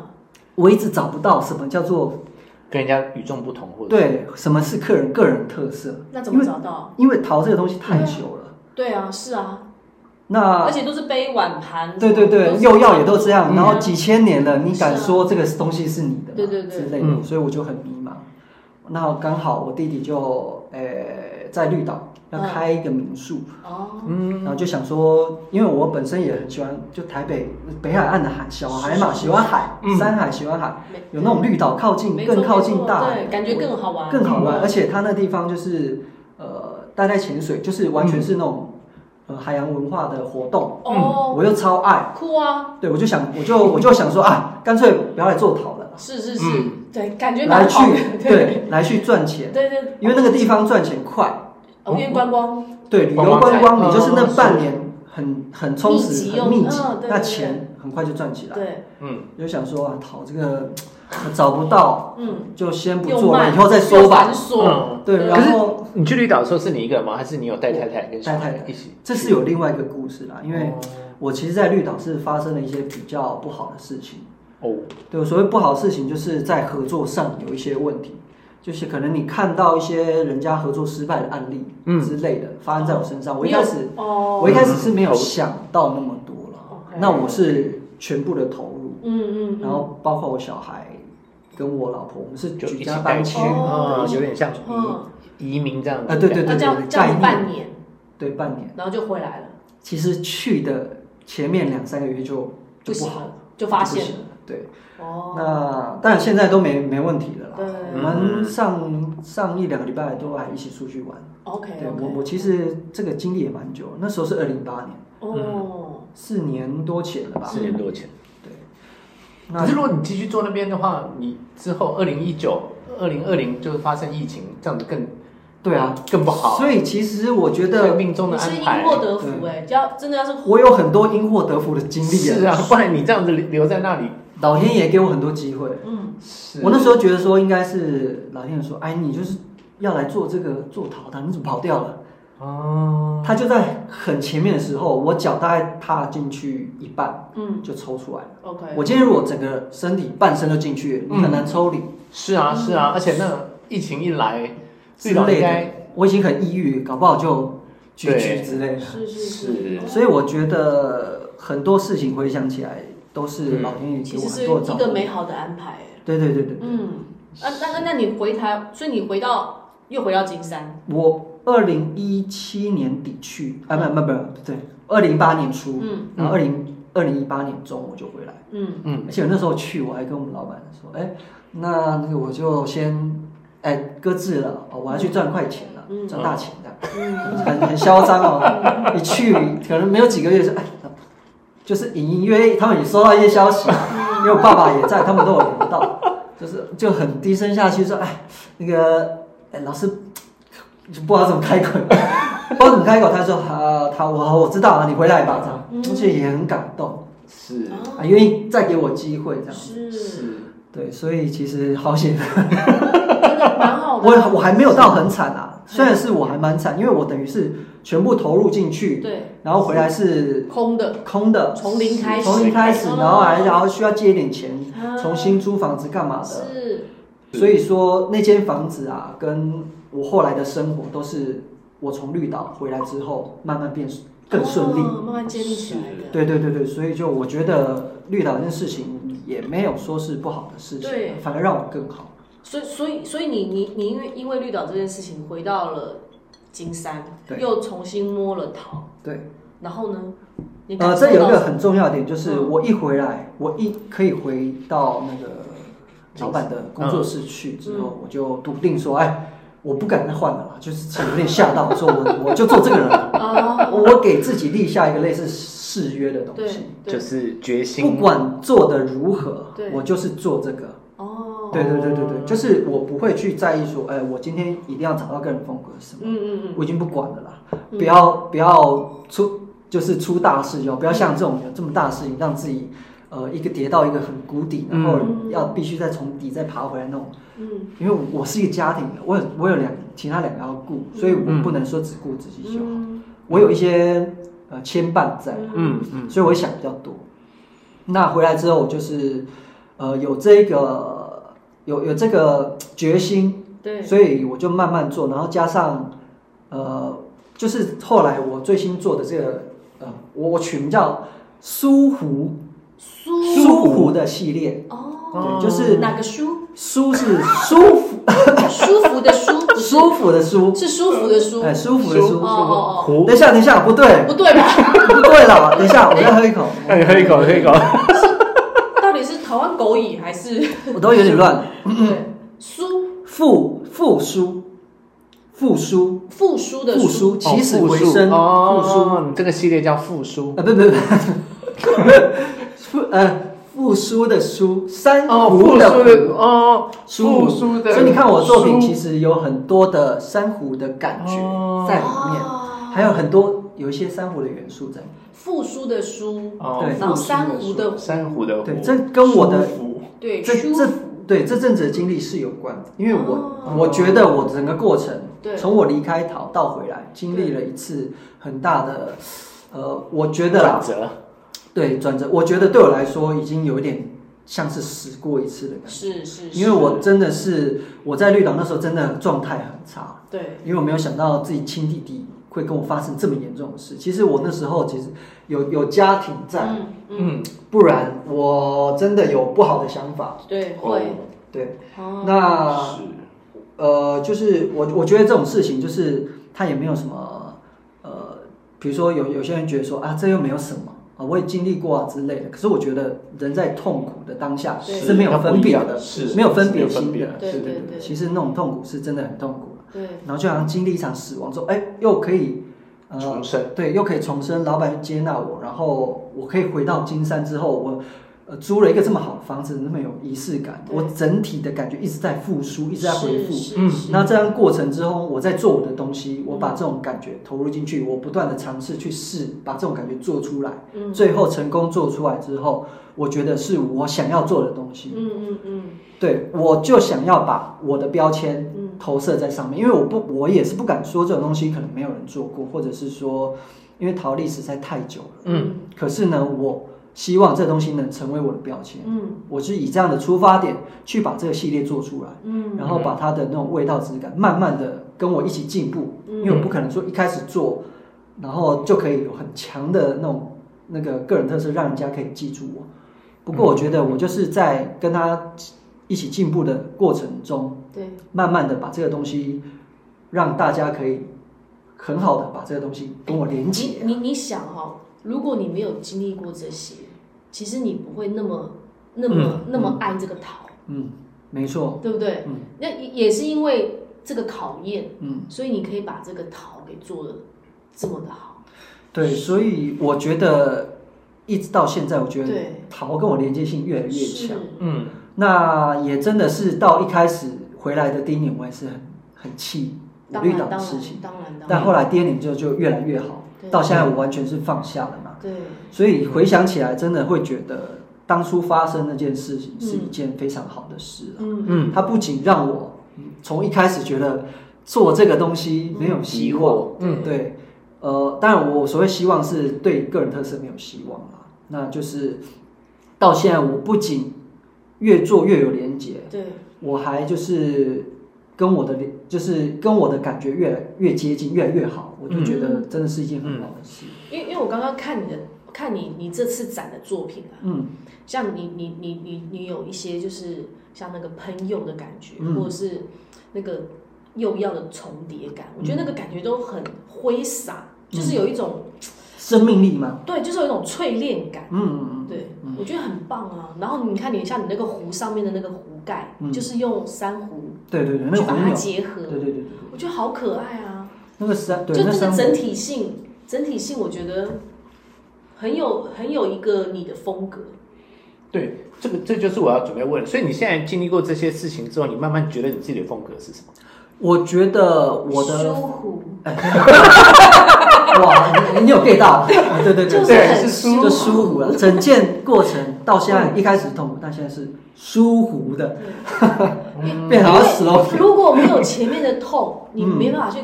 Speaker 3: 我一直找不到什么叫做
Speaker 1: 跟人家与众不同，或者
Speaker 3: 对什么是客人个人特色，
Speaker 2: 那怎么找到？
Speaker 3: 因为淘这个东西
Speaker 2: 嗯
Speaker 3: 太久了。
Speaker 2: 对啊，是啊，
Speaker 3: 那
Speaker 2: 而且都是杯碗盘，
Speaker 3: 对对
Speaker 2: 都
Speaker 3: 对，
Speaker 2: 是
Speaker 3: 釉药也都这样，
Speaker 1: 嗯
Speaker 3: 然后几千年了，你
Speaker 2: 是啊
Speaker 3: 敢说这个东西是你的吗？
Speaker 2: 对对对
Speaker 3: 之类
Speaker 1: 嗯
Speaker 3: 的，所以我就很迷茫。那刚好我弟弟就呃在绿岛要开一个民宿，
Speaker 2: 哦，
Speaker 1: 嗯
Speaker 3: 然后就想说，因为我本身也很喜欢，就台北北海岸的海，小孩嘛，喜欢海
Speaker 1: 嗯，
Speaker 3: 山海喜欢海，
Speaker 2: 没
Speaker 3: 有那种绿岛靠近
Speaker 2: 没错
Speaker 3: 更靠
Speaker 2: 没
Speaker 3: 近
Speaker 2: 错
Speaker 3: 大海
Speaker 2: 对，，感觉更好玩，
Speaker 3: 更好玩，
Speaker 2: 嗯
Speaker 3: 而且它那地方就是呃待在潜水，就是完全是那种呃海洋文化的活动，
Speaker 2: 哦，
Speaker 3: 我又超爱。
Speaker 2: 酷啊，
Speaker 3: 对，我就想，我就我就想说啊，干脆不要来做陶了，
Speaker 2: 是是是
Speaker 1: 嗯，
Speaker 2: 对，感觉
Speaker 3: 来
Speaker 2: 蛮
Speaker 3: 去
Speaker 2: 好的， <laughs> 对
Speaker 3: 对来去赚钱，
Speaker 2: 对对，
Speaker 3: 因为那个地方赚钱快，
Speaker 2: 哦因为观光，
Speaker 3: 对，旅
Speaker 1: 观
Speaker 3: 游
Speaker 1: 光
Speaker 3: 观
Speaker 1: 客
Speaker 3: 光，你就是
Speaker 1: 嗯
Speaker 3: 那
Speaker 1: 是
Speaker 3: 半年很很充
Speaker 2: 哦密
Speaker 3: 实、
Speaker 2: 集又
Speaker 3: 很密集
Speaker 2: 嗯对，
Speaker 3: 那
Speaker 2: 对对
Speaker 3: 钱很快就赚起来。
Speaker 2: 对，
Speaker 1: 嗯
Speaker 3: 我就想说啊，陶这个我找不到，
Speaker 2: 嗯，
Speaker 3: 就先不
Speaker 2: 又
Speaker 3: 做了，
Speaker 2: 慢
Speaker 3: 以后再
Speaker 2: 又
Speaker 3: 说吧
Speaker 2: 繁。琐，
Speaker 1: 嗯
Speaker 3: 对，
Speaker 2: 对
Speaker 3: 然后
Speaker 1: 你去绿岛的时候是你一个人吗？还是你有带太太跟小
Speaker 3: 带太
Speaker 1: 孩
Speaker 3: 太
Speaker 1: 一起？
Speaker 3: 这是有另外一个故事啦，因为
Speaker 1: 哦
Speaker 3: 我其实，在绿岛是发生了一些比较不好的事情。
Speaker 1: 哦，
Speaker 3: 对，所谓不好的事情，就是在合作上有一些问题，就是可能你看到一些人家合作失败的案例
Speaker 1: 嗯
Speaker 3: 之类的、发生在我身上。我
Speaker 2: 你
Speaker 3: 一
Speaker 2: 有
Speaker 3: 开始，
Speaker 2: 哦，
Speaker 3: 嗯我一开始是
Speaker 1: 嗯
Speaker 3: 没有想到那么多了
Speaker 2: OK，
Speaker 3: 那我是全部的投入，
Speaker 2: 嗯嗯，嗯
Speaker 3: 然后包括我小孩跟我老婆，我们是
Speaker 1: 就
Speaker 3: 举
Speaker 1: 一起
Speaker 3: 家
Speaker 1: 带
Speaker 3: 搬
Speaker 1: 去，
Speaker 3: 去，
Speaker 2: 哦
Speaker 1: 嗯，有点像
Speaker 2: 嗯
Speaker 1: 移移民这样子。
Speaker 3: 啊对对
Speaker 2: 那这样这样子半年，
Speaker 3: 对，半年。
Speaker 2: 然后就回来了，
Speaker 3: 其实去的前面两三个月就就不
Speaker 2: 行
Speaker 3: 好，
Speaker 2: 了，就发
Speaker 3: 就不
Speaker 2: 现
Speaker 3: 行了，对。
Speaker 2: 哦，
Speaker 3: 那但现在都没没问题了啦。
Speaker 2: 对
Speaker 1: 嗯
Speaker 3: 我们上上一两个礼拜都还一起出去玩。
Speaker 2: OK，
Speaker 3: 对我我其实这个经历也蛮久，那时候是二零八年，嗯
Speaker 2: 哦，
Speaker 3: 四年多前了吧
Speaker 1: 四？年多前。
Speaker 3: 对。
Speaker 1: 可
Speaker 3: 那
Speaker 1: 是如果你继续做那边的话，你之后二零一九、二零二零就是发生疫情，这样子更
Speaker 3: 对啊，
Speaker 1: 更不好。
Speaker 3: 所以其实我觉
Speaker 1: 所以
Speaker 3: 得
Speaker 1: 命中
Speaker 2: 你
Speaker 1: 的
Speaker 2: 是因
Speaker 1: 安排，
Speaker 2: 祸得
Speaker 3: 嗯
Speaker 2: 福哎，要真的要是
Speaker 3: 我有很多因祸得福的经历
Speaker 1: 是啊，不然你这样子留在那里，
Speaker 3: 老天爷给我很多机会。
Speaker 2: 嗯
Speaker 1: 是啊
Speaker 3: 我那时候觉得说应该是老天爷说，哎，你就是要来做这个做陶的，你怎么跑掉了？
Speaker 1: 哦，
Speaker 3: 它就在很前面的时候，我脚大概踏进去一半
Speaker 2: 嗯
Speaker 3: 就抽出来了。
Speaker 2: ，OK，
Speaker 3: 我今天如果整个身体半身都进去，你
Speaker 1: 嗯
Speaker 3: 很难抽离。
Speaker 1: 是啊
Speaker 3: 嗯
Speaker 1: 是啊，而且那疫情一来，最
Speaker 3: 之
Speaker 1: 早应
Speaker 3: 类
Speaker 1: 该
Speaker 3: 的，我已经很抑郁，搞不好就举
Speaker 1: 对
Speaker 3: 举之类的。
Speaker 2: 是是哦
Speaker 1: 是
Speaker 2: 是，
Speaker 3: 所以我觉得很多事情回想起来都是
Speaker 1: 嗯
Speaker 3: 老天爷给
Speaker 2: 其
Speaker 3: 我
Speaker 2: 实是
Speaker 3: 很多的照
Speaker 2: 一个
Speaker 3: 顾。
Speaker 2: 美好的安排。
Speaker 3: 对对对对，
Speaker 2: 嗯，那那那那你回台，所以你回到又回到金山，
Speaker 3: 我二零一七年底去，啊不不不不对，二零一八年初，
Speaker 2: 嗯
Speaker 3: 然后二零二零一八年中我就回来，
Speaker 2: 嗯，
Speaker 1: 嗯
Speaker 3: 而且我那时候去我还跟我们老板说，哎，那那个我就先哎搁置了，哦我要去赚快钱了，
Speaker 2: 嗯
Speaker 3: 赚大钱这样。
Speaker 2: 嗯
Speaker 3: 很很嚣张哦。一去可能没有几个月就哎，就是隐隐约约他们也收到一些消息，啊因为我爸爸也在，他们都有聊到，就是就很低声下气说哎，那个哎老师就不知道怎么开口， <laughs> 不知道怎么开口，他说啊他我我知道了，你回来吧这样，
Speaker 2: 嗯哦
Speaker 3: 而且也很感动
Speaker 1: 是
Speaker 3: 啊，愿意再给我机会这样。
Speaker 2: 是，
Speaker 1: 是，
Speaker 3: 对，所以其实好险，
Speaker 2: 真的蛮好的。
Speaker 3: 我我还没有到很惨啊，虽然是我还蛮惨，因为我等于是全部投入进去，
Speaker 2: 对
Speaker 3: 然后回来是
Speaker 2: 空的，
Speaker 3: 空的，
Speaker 2: 从零开始，
Speaker 3: 从零开始，
Speaker 2: 哦
Speaker 3: 然后还然后需要借一点钱，
Speaker 2: 啊
Speaker 3: 重新租房子干嘛的。
Speaker 2: 是
Speaker 3: 所以说那间房子啊，跟我后来的生活都是我从绿岛回来之后慢慢变更顺利。
Speaker 2: 哦慢慢建立起来的。
Speaker 3: 对对对对，所以就我觉得绿岛这件事情也没有说是不好的事情啊
Speaker 2: 对，
Speaker 3: 反而让我更好。
Speaker 2: 所以，所以，所以你你你因为因为绿岛这件事情回到了金山，
Speaker 3: 对
Speaker 2: 又重新摸了桃，
Speaker 3: 对，
Speaker 2: 然后呢，你感
Speaker 3: 呃，
Speaker 2: 受
Speaker 3: 这有一
Speaker 2: 到
Speaker 3: 个很重要的点，就是
Speaker 2: 嗯
Speaker 3: 我一回来，我一可以回到那个老板的工作室去之
Speaker 2: 嗯
Speaker 3: 后，我就笃定说，哎，我不敢再换了啦，就是其实有点吓到，说我我就做这个人了，
Speaker 2: 啊，
Speaker 3: 我我给自己立下一个类似誓约的东
Speaker 2: 对
Speaker 3: 西，
Speaker 2: 对
Speaker 1: 就是决
Speaker 3: 不
Speaker 1: 心，
Speaker 3: 管做的如何
Speaker 2: 对，
Speaker 3: 我就是做这个。
Speaker 2: 哦，
Speaker 3: 对对对对对，就是我不会去在意说，哎，我今天一定要找到个人风格什么。
Speaker 2: 嗯嗯
Speaker 3: 我已经不管了啦，
Speaker 2: 嗯
Speaker 3: 不要不要出就是出大事就好不要像这种有这么大的事情让自己呃一个跌到一个很谷底，然后
Speaker 2: 嗯
Speaker 3: 要必须再从底再爬回来那种。
Speaker 2: 嗯
Speaker 3: 因为我是一个家庭的，我有我有两其他两个要顾，所以我不能说只顾自己就好，
Speaker 2: 嗯
Speaker 3: 我有一些呃牵绊在，
Speaker 1: 嗯嗯，
Speaker 3: 所以我想比较多。那回来之后，我就是呃有这个有有这个决心，
Speaker 2: 嗯，对，
Speaker 3: 所以我就慢慢做，然后加上，呃，就是后来我最新做的这个，呃，我我取名叫苏湖
Speaker 2: 书
Speaker 3: 苏湖的系列，
Speaker 2: 哦，
Speaker 3: 对，就是
Speaker 2: 哪个书？
Speaker 3: 舒是舒服
Speaker 2: 舒服的舒，
Speaker 3: <laughs>
Speaker 2: 不是
Speaker 3: 舒服的舒，
Speaker 2: 是舒服的舒，
Speaker 3: 哎，
Speaker 2: 哦
Speaker 3: 舒服的舒。
Speaker 2: 哦哦，
Speaker 1: 胡
Speaker 3: 等一下，等一下，不对，
Speaker 2: 不对吧？ <laughs>
Speaker 3: 不对了，等一下，我再喝一口，
Speaker 1: 哎，喝一口，喝一口，
Speaker 2: 到底是台湾狗蚁还是
Speaker 3: 我都有点乱。
Speaker 2: 对书
Speaker 3: 复复苏，复苏，
Speaker 2: 复书的
Speaker 3: 复苏，起死回生，复苏。
Speaker 1: 哦，你这个系列叫复苏，
Speaker 3: 啊，不不不，复 <laughs> 呃复苏的苏，珊
Speaker 1: 哦，
Speaker 3: 瑚
Speaker 1: 复苏的
Speaker 3: 的
Speaker 1: 哦，
Speaker 3: 苏
Speaker 1: 复
Speaker 3: 湖，
Speaker 1: 苏的，
Speaker 3: 所以你看我作品其
Speaker 1: 实
Speaker 3: 实有很多的珊瑚的感觉
Speaker 1: 哦
Speaker 3: 在里面，
Speaker 2: 哦
Speaker 3: 还有很多有一些珊瑚的元素在里面。
Speaker 2: 复书的书，
Speaker 1: 哦
Speaker 3: 对
Speaker 2: 然后珊瑚的
Speaker 1: 珊瑚的湖，
Speaker 3: 对，这跟我的
Speaker 1: 舒服
Speaker 2: 对
Speaker 3: 这
Speaker 2: 舒
Speaker 3: 这
Speaker 2: 服
Speaker 3: 对这阵子的经历是有关的，因为我、
Speaker 2: 哦
Speaker 3: 我觉得我整个过程
Speaker 2: 对，
Speaker 3: 从我离开桃到回来，经历了一次很大的，呃，我觉得啦
Speaker 1: 转折，
Speaker 3: 对转折，我觉得对我来说已经有一点像是死过一次的感觉。
Speaker 2: 是是，是
Speaker 3: 因为我真的是我在绿岛那时候真的状态很差，
Speaker 2: 对
Speaker 3: 因为我没有想到自己亲弟弟会跟我发生这么严重的事。其实我那时候其实有有家庭在，
Speaker 2: 嗯嗯
Speaker 1: 嗯，
Speaker 3: 不然我真的有不好的想法。
Speaker 2: 嗯对会
Speaker 3: 对，
Speaker 2: 哦
Speaker 3: 嗯那呃，就是我我觉得这种事情就是他也没有什么呃，比如说有有些人觉得说啊，这又没有什么。啊，我也经历过啊之类的，可是我觉得人在痛苦的当下
Speaker 2: 对
Speaker 3: 是没有分别的，
Speaker 1: 是
Speaker 3: 没有分
Speaker 1: 是没有
Speaker 3: 别
Speaker 1: 分
Speaker 3: 心
Speaker 1: 别
Speaker 3: 的
Speaker 1: 的，
Speaker 2: 对
Speaker 3: 是
Speaker 2: 对
Speaker 3: 的
Speaker 2: 对
Speaker 3: 其实那种痛苦是真的很痛苦。
Speaker 2: 对
Speaker 3: 然后就好像经历一场死亡之后，哎，又可以，
Speaker 1: 重
Speaker 3: 呃，
Speaker 1: 生，
Speaker 3: 对，又可以重生，老板接纳我，然后我可以回到金山之后，我呃租了一个这么好的房子，那么有仪式感，
Speaker 2: 对
Speaker 3: 我整体的感觉一直在复苏，一直在回复。
Speaker 2: 是
Speaker 1: 嗯
Speaker 2: 是
Speaker 3: 那这样过程之后，我在做我的东西，我把这种感觉投入进去，我不断的尝试去试，把这种感觉做出来，
Speaker 2: 嗯
Speaker 3: 最后成功做出来之后，我觉得是我想要做的东西。
Speaker 2: 嗯嗯嗯
Speaker 3: 对，我就想要把我的标签
Speaker 2: 嗯
Speaker 3: 投射在上面，因为我不，我也是不敢说这种东西可能没有人做过，或者是说，因为逃离实在太久了。
Speaker 1: 嗯，
Speaker 3: 可是呢，我希望这东西能成为我的标签，
Speaker 2: 嗯
Speaker 3: 我是以这样的出发点去把这个系列做出来，
Speaker 2: 嗯
Speaker 3: 然后把它的那种味道质感慢慢的跟我一起进步，
Speaker 2: 嗯
Speaker 3: 因为我不可能说一开始做，然后就可以有很强的那种那个个人特色，让人家可以记住我。不过我觉得我就是在跟他一起进步的过程中，
Speaker 2: 对
Speaker 3: 慢慢的把这个东西让大家可以很好的把这个东西跟我连接。
Speaker 2: 你你你想哈、如果你没有经历过这些，其实你不会那么那么、那么爱这个桃，
Speaker 3: 嗯，没错。
Speaker 2: 对不对？
Speaker 3: 嗯
Speaker 2: 那也也是因为这个考验，
Speaker 3: 嗯，
Speaker 2: 所以你可以把这个桃给做的这么的好。
Speaker 3: 对，所以我觉得一直到现在，我觉得
Speaker 2: 对
Speaker 3: 桃跟我连接性越来越
Speaker 2: 是
Speaker 3: 强。
Speaker 1: 嗯，
Speaker 3: 那也真的是到一开始回来的第一年，我也是很很气
Speaker 2: 当
Speaker 3: 绿
Speaker 2: 然
Speaker 3: 岛
Speaker 2: 当
Speaker 3: 的事
Speaker 2: 然
Speaker 3: 情，
Speaker 2: 当然当
Speaker 3: 但
Speaker 2: 然，
Speaker 3: 后来第二年就就越来越好，
Speaker 2: 对
Speaker 3: 到现在我完全是啊放下了嘛。
Speaker 2: 对，
Speaker 3: 所以回想起来，真的会觉得当初发生那件事情是一件非常好的事啊。
Speaker 2: 嗯
Speaker 1: 嗯
Speaker 3: 它不仅让我嗯从一开始觉得做这个东西没有希望，
Speaker 1: 嗯
Speaker 3: 对，呃，当然我所谓希望是对个人特色没有希望啦。那就是到现在，我不仅越做越有连结，
Speaker 2: 对，
Speaker 3: 我还就是跟我的连，就是跟我的感觉越来越接近，越来越好。我就觉得真的是一件很好的事。
Speaker 2: 因为因为我刚刚看你的看你你这次展的作品啊，
Speaker 3: 嗯
Speaker 2: 像你你你你你有一些就是像那个喷釉的感觉，
Speaker 3: 嗯
Speaker 2: 或者是那个釉药的重叠感，我觉
Speaker 3: 嗯
Speaker 2: 得那个感觉都很挥洒，就是有一种、
Speaker 3: 生命力嘛，
Speaker 2: 对，就是有一种淬炼感，
Speaker 3: 嗯，
Speaker 2: 对、
Speaker 3: 嗯
Speaker 2: 我觉得很棒啊。然后你看你像你那个壶上面的那个壶盖，
Speaker 3: 嗯
Speaker 2: 就是用珊瑚
Speaker 3: 对对对，那
Speaker 2: 去
Speaker 3: 个
Speaker 2: 把
Speaker 3: 红
Speaker 2: 它
Speaker 3: 鸟，
Speaker 2: 结合，
Speaker 3: 对对对对，
Speaker 2: 我觉得好可爱啊！
Speaker 3: 那个山，对
Speaker 2: 就
Speaker 3: 那
Speaker 2: 那个
Speaker 3: 山
Speaker 2: 整
Speaker 3: 谷，
Speaker 2: 体性，整体性我觉得很有很有一个你的风格，
Speaker 1: 对，这个这就是我要准备问。所以你现在经历过这些事情之后，你慢慢觉得你自己的风格是什么？
Speaker 3: 我觉得我
Speaker 2: 舒 <laughs>
Speaker 3: 的
Speaker 2: 服，
Speaker 3: 哇，你你有 get 到？啊对对对，
Speaker 2: 就是
Speaker 1: 对，
Speaker 2: 很
Speaker 1: 是舒
Speaker 3: 就舒服了。整件过程到现在一开始痛苦，但现在是舒服的，变成 slogan。
Speaker 2: 如果没有前面的
Speaker 3: <laughs>
Speaker 2: 痛，你
Speaker 3: 嗯
Speaker 2: 没办法去，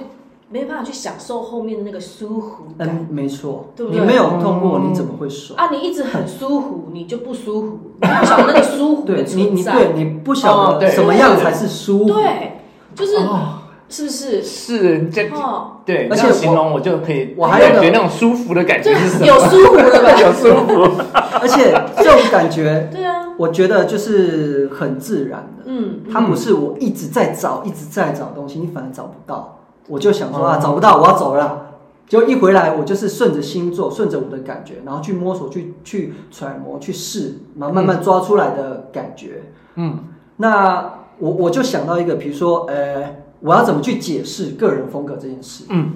Speaker 2: 没办法去享受后面的那个舒服感
Speaker 3: 嗯，没错，
Speaker 2: 对不
Speaker 3: 你
Speaker 2: 对
Speaker 3: 没有痛过，你怎么会爽？
Speaker 2: 啊！你一直很舒服，你就不舒服，你不晓得那个嗯舒服
Speaker 3: 对
Speaker 2: 的
Speaker 3: 你，
Speaker 2: 存
Speaker 3: 你
Speaker 2: 在
Speaker 3: 对。你不晓
Speaker 1: 哦
Speaker 3: 得
Speaker 1: 对
Speaker 3: 什么样才是舒服。
Speaker 2: 对，就是
Speaker 1: 哦
Speaker 2: 是不是？
Speaker 1: 是这
Speaker 3: <laughs>
Speaker 2: 哦，
Speaker 1: 对，
Speaker 3: 而
Speaker 1: 而
Speaker 3: 且
Speaker 1: 且形容我就可以，
Speaker 3: 我还有
Speaker 1: 感
Speaker 3: 一
Speaker 1: 觉
Speaker 3: 个
Speaker 1: 那种舒服的感
Speaker 2: 就
Speaker 1: 觉是什么？
Speaker 2: 有舒服了
Speaker 3: <laughs>
Speaker 2: 吧？
Speaker 1: <laughs> 有舒服，
Speaker 3: 而且这种感觉，
Speaker 2: 对啊，
Speaker 3: 我觉得就是很自然的。
Speaker 2: 嗯，
Speaker 3: 它不是我一直在找，一直在找东西，你反而找不到。我就想说啊，
Speaker 1: 哦
Speaker 3: 找不到，我要走了。结果一回来，我就是顺着星座，顺着我的感觉，然后去摸索，去去揣摩，去试，然后慢慢抓出来的感觉。
Speaker 1: 嗯，
Speaker 3: 那我我就想到一个，比如说，呃，我要怎么去解释个人风格这件事？
Speaker 2: 嗯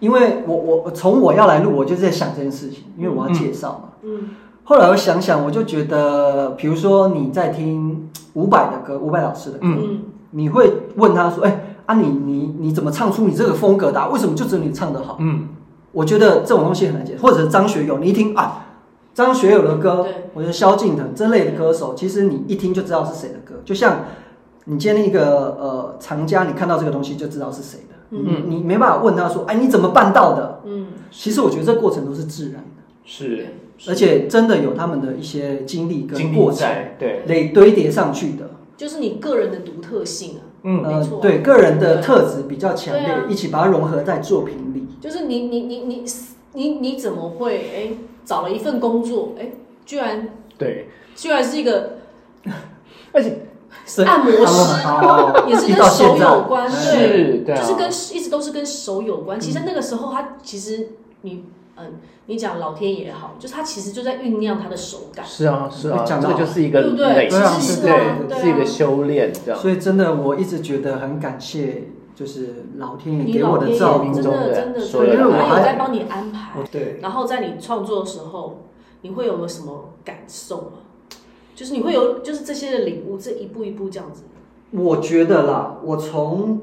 Speaker 3: 因为我我我从我要来录，我就在想这件事情，因为我要介绍嘛。
Speaker 2: 嗯
Speaker 3: 后来我想想，我就觉得，比如说你在听伍佰的歌，伍佰老师的歌，
Speaker 2: 嗯
Speaker 3: 你会问他说：“哎、啊你你你怎么唱出你这个风格的啊、为什么就只有你唱得好
Speaker 1: 嗯，？”
Speaker 3: 我觉得这种东西很难解，或者张学友，你一听啊，张学友的歌
Speaker 2: 对，
Speaker 3: 我觉得萧敬腾这类的歌手，其实你一听就知道是谁的歌，就像你今天一个呃藏家，你看到这个东西就知道是谁的，
Speaker 2: 嗯
Speaker 3: 你你没办法问他说：“哎、你怎么办到的
Speaker 2: 嗯，？”
Speaker 3: 其实我觉得这过程都是自然的，
Speaker 1: 是
Speaker 3: 而且真的有他们的一些经历
Speaker 1: 经
Speaker 3: 跟
Speaker 1: 历
Speaker 3: 过程
Speaker 1: 在，对，
Speaker 3: 累堆叠上去的。呃
Speaker 2: 就是你个人的独特性啊，
Speaker 1: 嗯
Speaker 2: 没错
Speaker 3: 对个人的特质比较强烈
Speaker 2: 对啊，
Speaker 3: 一起把它融合在作品里。
Speaker 2: 就是你你你你你你怎么会哎找了一份工作哎居然
Speaker 1: 对，
Speaker 2: 居然是一
Speaker 3: <coughs>
Speaker 2: 个
Speaker 1: 而且
Speaker 3: 是
Speaker 2: 按摩师，
Speaker 3: 哦
Speaker 2: <laughs> 也是
Speaker 3: 一
Speaker 2: 跟
Speaker 3: 到
Speaker 2: 手
Speaker 3: 现在
Speaker 2: 有关，
Speaker 3: 嗯
Speaker 2: 对。
Speaker 1: 是，对啊，
Speaker 2: 就是跟一直都是跟手有关。其实那个时候他其实你嗯，你讲老天也好，就是他其实就在酝酿他的手感。
Speaker 1: 是啊是啊，
Speaker 3: 讲
Speaker 1: 这
Speaker 3: 得
Speaker 1: 个
Speaker 3: 好
Speaker 1: 就是一个
Speaker 2: 对不对
Speaker 1: 累积，
Speaker 3: 其实是啊
Speaker 1: 对，
Speaker 2: 对啊
Speaker 1: 是一个修炼，这样。
Speaker 3: 所以真的，我一直觉得很感谢，就是老天爷
Speaker 2: 你
Speaker 3: 嗯给
Speaker 2: 老
Speaker 3: 我的
Speaker 2: 天
Speaker 3: 照
Speaker 2: 爷
Speaker 3: 顾
Speaker 2: 真。
Speaker 1: 中
Speaker 2: 的
Speaker 1: 的
Speaker 2: 真的
Speaker 1: 所
Speaker 2: 真的，
Speaker 3: 有
Speaker 2: 他
Speaker 3: 的
Speaker 2: 有
Speaker 3: 安排
Speaker 2: 在帮你安排
Speaker 3: 我，对
Speaker 2: 然后在你创作的时候，你会有没有什么感受吗？就是你会有，就是这些的领悟，这一步一步这样子。
Speaker 3: 我觉得啦，我从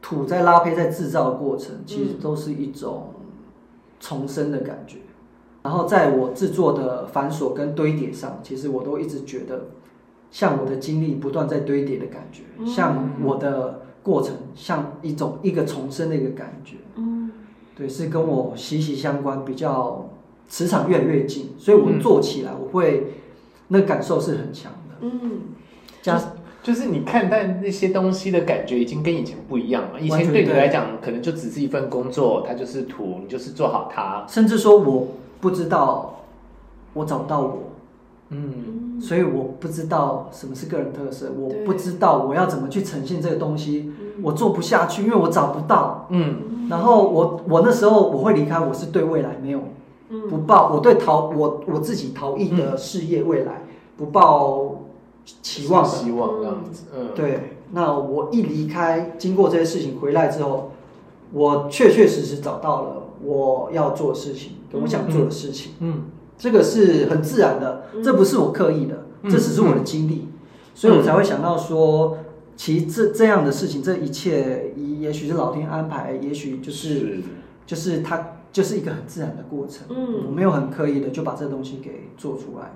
Speaker 3: 土在拉胚在制造的过程，
Speaker 2: 嗯
Speaker 3: 其实都是一种重生的感觉。然后在我制作的繁琐跟堆叠上，其实我都一直觉得，像我的经历不断在堆叠的感觉，
Speaker 2: 嗯
Speaker 3: 像我的过程，像一种一个重生的一个感觉。
Speaker 2: 嗯
Speaker 3: 对，是跟我息息相关，比较磁场越来越近，所以我做起来我会那个感受是很强的。
Speaker 2: 嗯，
Speaker 3: 加
Speaker 1: 就是你看待那些东西的感觉已经跟以前不一样了。以
Speaker 3: 完
Speaker 1: 前
Speaker 3: 全
Speaker 1: 对你
Speaker 3: 对
Speaker 1: 来讲，可能就只是一份工作，它就是图，你就是做好它。
Speaker 3: 甚至说我不知道，我找不到我，
Speaker 1: 嗯，
Speaker 3: 所以我不知道什么是个人特色，我
Speaker 2: 对
Speaker 3: 不知道我要怎么去呈现这个东西，
Speaker 2: 嗯
Speaker 3: 我做不下去，因为我找不到。
Speaker 1: 嗯，
Speaker 3: 然后我我那时候我会离开，我是对未来没有不
Speaker 2: 嗯
Speaker 3: 抱，我对陶我我自己陶艺的事业未来不抱期望的。
Speaker 1: 希望这样子。嗯，
Speaker 3: 对，那我一离开，经过这些事情回来之后，我确确实实找到了我要做的事情，跟我想做的事情，
Speaker 1: 嗯，
Speaker 3: 这个是很自然的，这不是我刻意的，
Speaker 1: 嗯
Speaker 3: 这只是我的经历，所以我才会想到说，其实这这样的事情，这一切也许是老天安排，也许就是就是它就是一个很自然的过程，
Speaker 2: 嗯
Speaker 3: 我没有很刻意的就把这东西给做出来了。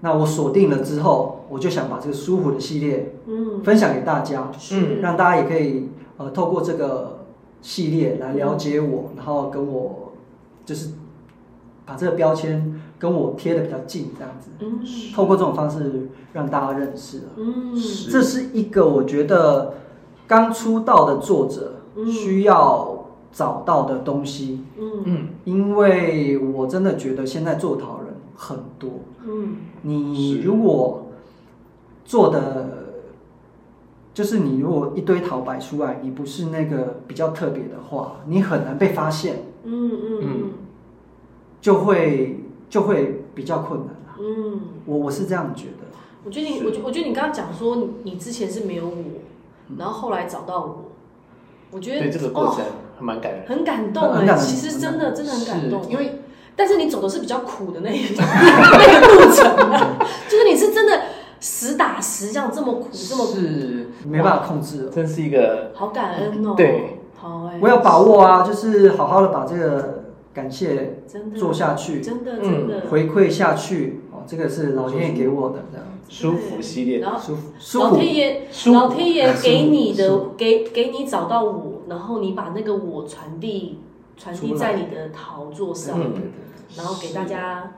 Speaker 3: 那我锁定了之后，我就想把这个舒服的系列
Speaker 2: 嗯
Speaker 3: 分享给大家，
Speaker 2: 是
Speaker 3: 让大家也可以呃透过这个系列来了解我，然后跟我就是把这个标签跟我贴的比较近，这样子，
Speaker 2: 嗯
Speaker 3: 透过这种方式让大家认识啊。
Speaker 2: 嗯
Speaker 1: 是
Speaker 3: 这是一个我觉得刚出道的作者
Speaker 2: 嗯
Speaker 3: 需要找到的东西，
Speaker 2: 嗯
Speaker 1: 嗯，
Speaker 3: 因为我真的觉得现在做陶人很多，
Speaker 2: 嗯
Speaker 3: 你
Speaker 1: 是
Speaker 3: 如果做的，就是你如果一堆陶白出来，你不是那个比较特别的话，你很难被发现，
Speaker 2: 嗯嗯
Speaker 3: 就会就会比较困难啦。
Speaker 2: 嗯。
Speaker 3: 我我是这样觉得，
Speaker 2: 我觉得你，我觉我觉得你刚刚讲说你你之前是没有我，然后后来找到我，我觉得
Speaker 1: 对这个过程
Speaker 2: 哦、
Speaker 1: 还蛮感人。
Speaker 2: 很感动
Speaker 3: 很
Speaker 2: 哎，
Speaker 3: 感人
Speaker 2: 其实真的真的很感动，
Speaker 1: 是因为
Speaker 2: 但是你走的是比较苦的那一那个路程啊，就是你是真的实打实这样这么苦这么
Speaker 1: 是
Speaker 3: 没办法控制了。
Speaker 1: 真是一个
Speaker 2: 好感恩哦，
Speaker 1: 对，
Speaker 2: 好哎，
Speaker 3: 我要把握啊，就是好好的把这个感谢
Speaker 2: 真的
Speaker 3: 做下去，
Speaker 2: 真的
Speaker 1: 嗯
Speaker 2: 真的、
Speaker 3: 回馈下去。哦，这个是老天爷给我的，这样
Speaker 1: 舒服系列，
Speaker 2: 然后哎
Speaker 3: 舒服舒
Speaker 2: 老
Speaker 3: 服。哎
Speaker 2: 天爷
Speaker 1: 舒服
Speaker 2: 老天爷给你
Speaker 3: 舒
Speaker 2: 的，给给你找到我，然后你把那个我传递传递
Speaker 3: 出来
Speaker 2: 在你的陶作上，
Speaker 1: 嗯
Speaker 2: 然后给大家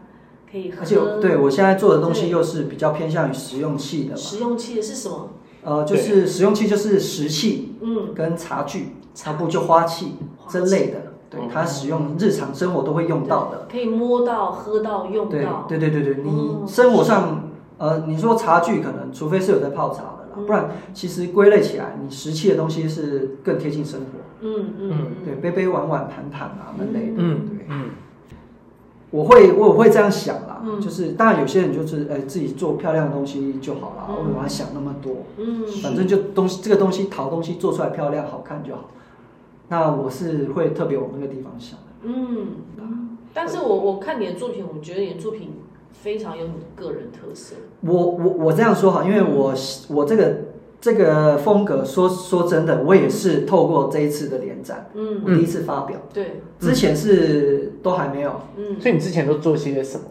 Speaker 2: 可以喝。
Speaker 3: 而且我对我现在做的东西
Speaker 2: 对
Speaker 3: 又是比较偏向于实用器的嘛，
Speaker 2: 食用器的是什么？
Speaker 3: 呃，就是使用器就是石器
Speaker 2: 嗯，
Speaker 3: 跟茶具，茶布就花器
Speaker 2: 花
Speaker 3: 这类的，对
Speaker 1: 嗯，
Speaker 3: 它使用日常生活都会用到的。
Speaker 2: 可以摸到、喝到、用
Speaker 3: 对
Speaker 2: 到。
Speaker 3: 对对对对，
Speaker 2: 嗯
Speaker 3: 你生活上，呃，你说茶具可能，除非是有在泡茶的
Speaker 2: 嗯
Speaker 3: 啦，不然其实归类起来，你石器的东西是更贴近生活，
Speaker 2: 嗯嗯
Speaker 3: 对，杯杯碗碗盘盘啊那类的，
Speaker 1: 嗯
Speaker 3: 对。
Speaker 1: 嗯
Speaker 3: 我会我会这样想啦，
Speaker 2: 嗯
Speaker 3: 就是当然有些人就是呃自己做漂亮的东西就好啦，
Speaker 2: 嗯
Speaker 3: 为什么要想那么多？
Speaker 2: 嗯
Speaker 3: 反正就东西这个东西淘东西做出来漂亮好看就好。那我是会特别往那个地方想的，
Speaker 2: 嗯嗯。但是我我看你的作品，我觉得你的作品非常有你的个人特色。
Speaker 3: 我我我这样说哈，因为我我这个这个风格说说真的，我也是透过这一次的连展，
Speaker 2: 嗯，
Speaker 3: 我第一次发表，
Speaker 2: 对，
Speaker 3: 之前是都还没有，
Speaker 2: 嗯，
Speaker 1: 所以你之前都做些什么？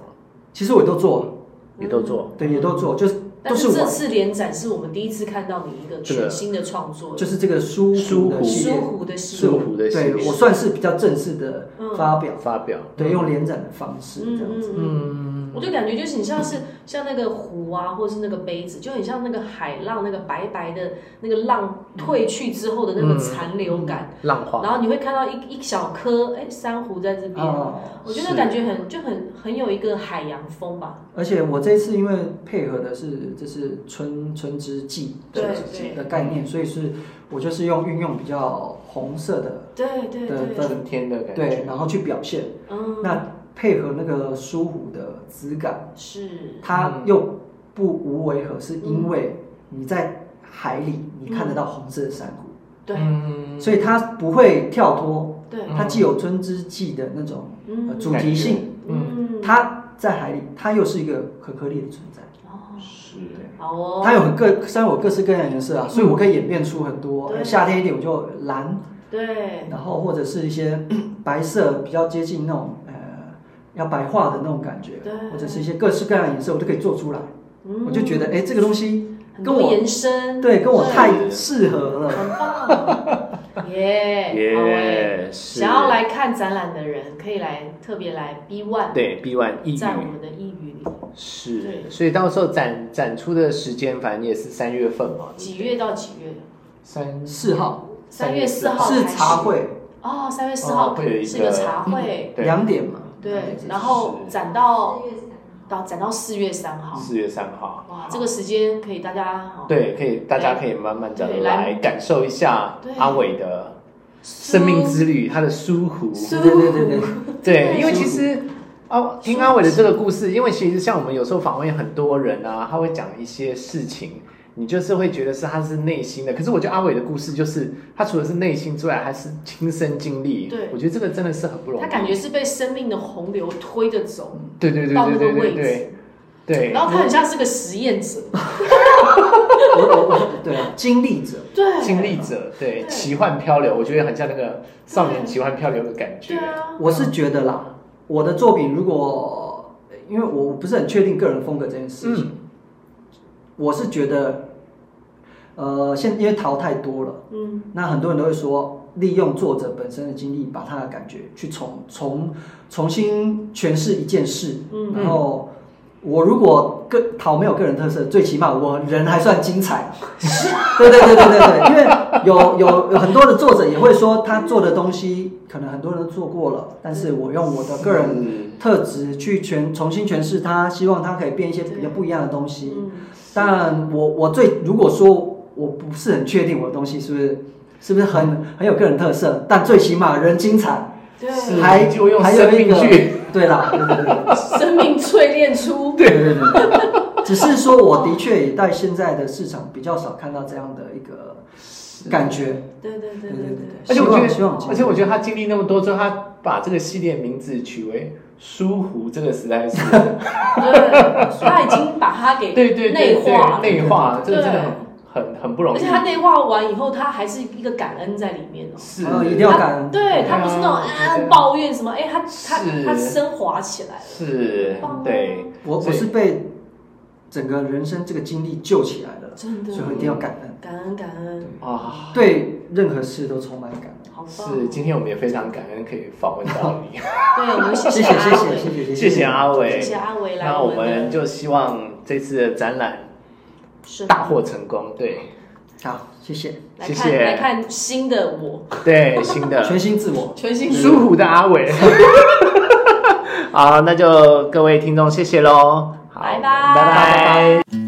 Speaker 3: 其实我也都做了，
Speaker 1: 你都做，
Speaker 3: 对，也都做，就是都
Speaker 2: 但
Speaker 3: 是
Speaker 2: 是这
Speaker 3: 我
Speaker 2: 次联展是我们第一次看到你一个
Speaker 1: 这个
Speaker 2: 全新的创作，
Speaker 3: 就是这个舒服的系
Speaker 2: 舒，
Speaker 3: 列
Speaker 2: 服的系
Speaker 1: 舒
Speaker 2: 列。嗯
Speaker 1: 服的系
Speaker 3: 对
Speaker 1: 列
Speaker 3: 我算是比较正式的发表，
Speaker 1: 发表，
Speaker 3: 对，用连展的方式这样子，
Speaker 2: 嗯嗯
Speaker 1: 嗯，
Speaker 2: 我就感觉就是你像是像那个壶啊，或者是那个杯子，就很像那个海浪，那个白白的那个浪
Speaker 3: 嗯
Speaker 2: 退去之后的那个残留感，
Speaker 1: 浪花，
Speaker 2: 然后你会看到一一小颗哎珊瑚在这边，
Speaker 3: 啊。
Speaker 2: 我觉得
Speaker 1: 是
Speaker 2: 那感觉很就很很有一个海洋风吧，
Speaker 3: 而且我这次因为配合的是这是春春之祭的
Speaker 2: 对对
Speaker 3: 的概念，所以是我就是用运用比较红色的，
Speaker 2: 对对
Speaker 3: 对
Speaker 2: 对，
Speaker 1: 春天的感
Speaker 3: 对，
Speaker 1: 觉，
Speaker 3: 然后去表现，
Speaker 2: 嗯，
Speaker 3: 那配合那个舒服的质感，
Speaker 2: 是
Speaker 3: 它又不无违和，是因为你在海里你看得到红色的珊瑚，
Speaker 2: 对
Speaker 1: 嗯
Speaker 3: 所以它不会跳脱，
Speaker 2: 对，
Speaker 1: 嗯
Speaker 3: 它既有春之祭的那种呃
Speaker 2: 嗯
Speaker 3: 主题性，
Speaker 1: 嗯
Speaker 2: 嗯，
Speaker 3: 它在海里，它又是一个很合理的存在。
Speaker 2: 哦，
Speaker 1: 是
Speaker 2: 好哦，
Speaker 3: 它有很各，虽然我各式各样的颜色啊，所以我可以演变出很多。
Speaker 2: 对
Speaker 3: 夏天一点我就蓝，
Speaker 2: 对，
Speaker 3: 然后或者是一些白色，比较接近那种呃要白化的那种感觉
Speaker 2: 对，
Speaker 3: 或者是一些各式各样的颜色，我都可以做出来。
Speaker 2: 嗯
Speaker 3: 我就觉得，哎，这个东西
Speaker 2: 很
Speaker 3: 跟
Speaker 2: 多
Speaker 3: 我
Speaker 2: 延伸，
Speaker 3: 对跟我
Speaker 2: 对
Speaker 3: 太适合了。
Speaker 2: 很棒，
Speaker 3: <laughs>
Speaker 2: 耶，好哎。
Speaker 1: 耶，是
Speaker 2: 想要来看展览的人，可以来特别来 B One，
Speaker 1: 对 B One 抑
Speaker 2: 在我
Speaker 1: 郁
Speaker 2: 们的抑郁里，
Speaker 1: 是，
Speaker 2: 对
Speaker 1: 所以到时候展展出的时间，反正也是三月份嘛，
Speaker 2: 几月到几月？
Speaker 1: 三
Speaker 3: 四号
Speaker 2: 三月四号
Speaker 3: 是
Speaker 2: 开始
Speaker 3: 茶会，
Speaker 2: 哦，三月四号
Speaker 1: 哦会有一个
Speaker 2: 是一个茶会，
Speaker 1: 对
Speaker 3: 两点嘛。
Speaker 2: 对，
Speaker 1: 是
Speaker 2: 然后展到到展到四月三号，
Speaker 1: 四月三号，
Speaker 2: 哇，这个时间可以大家哦
Speaker 1: 对，可以大家可以慢慢的
Speaker 2: 对
Speaker 1: 来感受一下
Speaker 2: 对
Speaker 1: 阿伟的生命之旅，他的疏忽，
Speaker 2: 舒
Speaker 3: 对对对对对，
Speaker 1: 对，
Speaker 2: 对
Speaker 1: 因为其实啊，听阿伟的这个故事，因为其实像我们有时候访问很多人啊，他会讲一些事情，你就是会觉得是他是内心的。可是我觉得阿伟的故事就是，他除了是内心之外，还是亲身经历。
Speaker 2: 对
Speaker 1: 我觉得这个真的是很不容易。
Speaker 2: 他感觉是被生命的洪流推着走，
Speaker 1: 对对对
Speaker 2: 到
Speaker 1: 对
Speaker 2: 那个
Speaker 1: 对对
Speaker 2: 位
Speaker 1: 对
Speaker 2: 置，
Speaker 1: 对
Speaker 2: 然后他很像是个实验者，
Speaker 3: 我我我对啊，经历者。
Speaker 2: 对，
Speaker 1: 经历者，对
Speaker 2: 对
Speaker 1: 奇幻漂流，我觉得很像那个少年奇幻漂流的感觉
Speaker 2: 对。啊，
Speaker 3: 我是觉得啦，我的作品如果，因为我不是很确定个人风格这件事情，我是觉得，呃，现因为淘太多了，
Speaker 2: 嗯，
Speaker 3: 那很多人都会说，利用作者本身的经历，把他的感觉去重重重新诠释一件事，
Speaker 2: 嗯
Speaker 3: 然后。我如果个淘没有个人特色，最起码我人还算精
Speaker 2: <laughs>
Speaker 3: 彩。对对对对对对，因为有有有很多的作者也会说，他做的东西可能很多人都做过了，但是我用我的个人
Speaker 1: 人
Speaker 3: 特质去诠重新诠释它，希望它可以变一些比较不一样的东西。
Speaker 2: 嗯，
Speaker 3: 但我我最如果说我不是很确定我的东西是不是是不是很很有个人特色，但最起码人精彩，
Speaker 2: 对，
Speaker 1: 是
Speaker 3: 还
Speaker 1: 就用
Speaker 3: 还有一个
Speaker 1: 生命去
Speaker 3: 对啦，对对对
Speaker 2: 生命淬
Speaker 1: <laughs>
Speaker 2: 炼出，
Speaker 3: 对对对对对，只是说我的确也在现在的市场比较少看到这样的一个感觉。
Speaker 2: 对对对
Speaker 3: 对对
Speaker 2: 对
Speaker 3: 对
Speaker 2: 对。
Speaker 1: 而且我觉
Speaker 3: 希望
Speaker 1: 得
Speaker 3: 希望，
Speaker 1: 而且我觉得他经历那么多之后，他把这个系列名字取为“舒湖”，这个实在是
Speaker 2: 对，他已经把它给
Speaker 1: <laughs> 对对对
Speaker 2: 内化，
Speaker 1: 对内化，这
Speaker 2: 对
Speaker 1: 个真的很很很不容
Speaker 2: 而
Speaker 1: 易
Speaker 2: 且。他内化完以后，他还是一个感恩在里面哦。
Speaker 1: 是啊
Speaker 3: 呃一定要感恩。
Speaker 2: 对他不是那种
Speaker 1: 对啊
Speaker 2: 啊
Speaker 1: 对啊
Speaker 2: 抱怨什么，哎，他他
Speaker 1: 是
Speaker 2: 他升华起来了，
Speaker 1: 是
Speaker 2: 很棒啊，
Speaker 1: 对，
Speaker 3: 我
Speaker 1: 所
Speaker 3: 我
Speaker 1: 以
Speaker 3: 是被整个人生这个经历救起来的啦，
Speaker 2: 真的
Speaker 3: 所以我一定要感恩，
Speaker 2: 啊感恩感恩，
Speaker 1: 啊，
Speaker 3: 对任何事都充满感恩。
Speaker 2: 好棒哦！
Speaker 1: 是今天我们也非常感恩可以访问到你，
Speaker 2: 对，我
Speaker 1: <laughs>
Speaker 2: 们谢
Speaker 3: 谢谢
Speaker 2: 阿
Speaker 3: 谢谢
Speaker 2: 伟，
Speaker 3: 谢 <laughs>
Speaker 1: 谢
Speaker 3: 谢
Speaker 1: 谢啊阿伟
Speaker 2: 谢。谢阿伟来
Speaker 1: 那我
Speaker 2: 我
Speaker 1: 们
Speaker 2: 们的
Speaker 1: 就希望这次的展览
Speaker 2: 是
Speaker 1: 大获成功，对
Speaker 3: 好，谢谢，
Speaker 2: 来
Speaker 1: 谢
Speaker 2: 看
Speaker 1: 谢
Speaker 2: 来看新的我，
Speaker 1: 对，新的
Speaker 3: 全新自我。
Speaker 2: 全新的
Speaker 1: 舒服的阿
Speaker 3: <laughs>
Speaker 1: 伟。好，那就各位听众谢谢喽，好
Speaker 2: 拜
Speaker 1: 拜
Speaker 2: 拜
Speaker 1: 拜。